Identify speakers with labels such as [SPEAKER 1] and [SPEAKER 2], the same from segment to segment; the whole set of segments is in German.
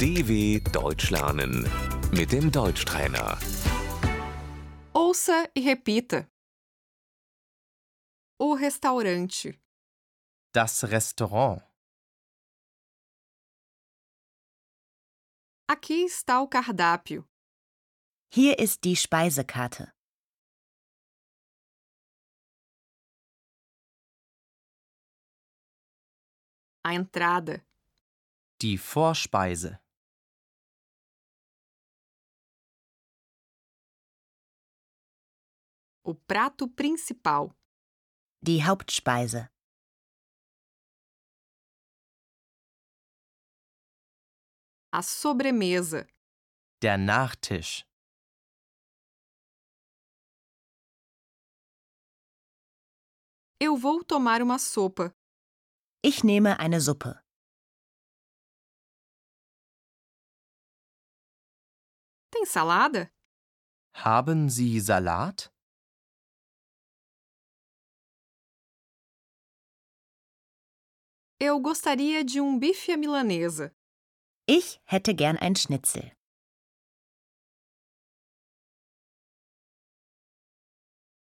[SPEAKER 1] DW Deutsch lernen mit dem Deutschtrainer.
[SPEAKER 2] Ouça e repita. O restaurante,
[SPEAKER 3] Das Restaurant.
[SPEAKER 2] aqui está o cardápio,
[SPEAKER 4] Hier ist die Speisekarte.
[SPEAKER 2] a entrada,
[SPEAKER 3] Die Vorspeise.
[SPEAKER 2] o prato principal,
[SPEAKER 4] Die Hauptspeise.
[SPEAKER 2] a sobremesa,
[SPEAKER 3] Der Nachtisch.
[SPEAKER 2] eu vou tomar uma sopa,
[SPEAKER 4] Ich nehme eine Suppe.
[SPEAKER 2] tem salada?
[SPEAKER 3] Haben Sie Salat?
[SPEAKER 2] Eu gostaria de um bife à milanesa,
[SPEAKER 4] Ich hätte gern ein Schnitzel.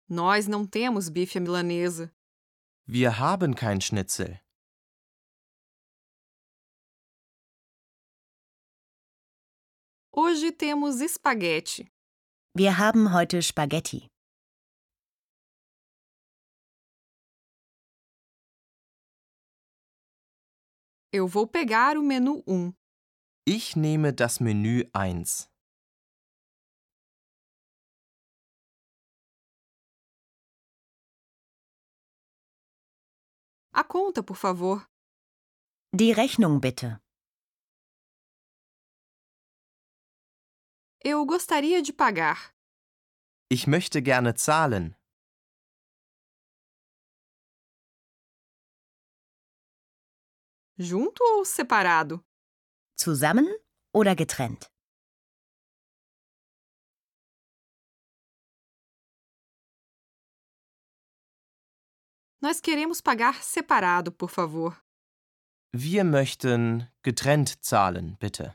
[SPEAKER 2] nós não temos bife à milanesa,
[SPEAKER 3] Wir haben kein Schnitzel.
[SPEAKER 2] hoje temos espaguete,
[SPEAKER 4] Wir haben heute Spaghetti.
[SPEAKER 2] eu vou pegar o menu 1.
[SPEAKER 3] Ich nehme das Menü 1.
[SPEAKER 2] A conta, por favor.
[SPEAKER 4] Die Rechnung bitte.
[SPEAKER 2] Eu gostaria de pagar.
[SPEAKER 3] Ich möchte gerne zahlen.
[SPEAKER 2] Junto ou separado?
[SPEAKER 4] Zusammen oder getrennt?
[SPEAKER 2] Nós queremos pagar separado, por favor.
[SPEAKER 3] Wir möchten getrennt zahlen, bitte.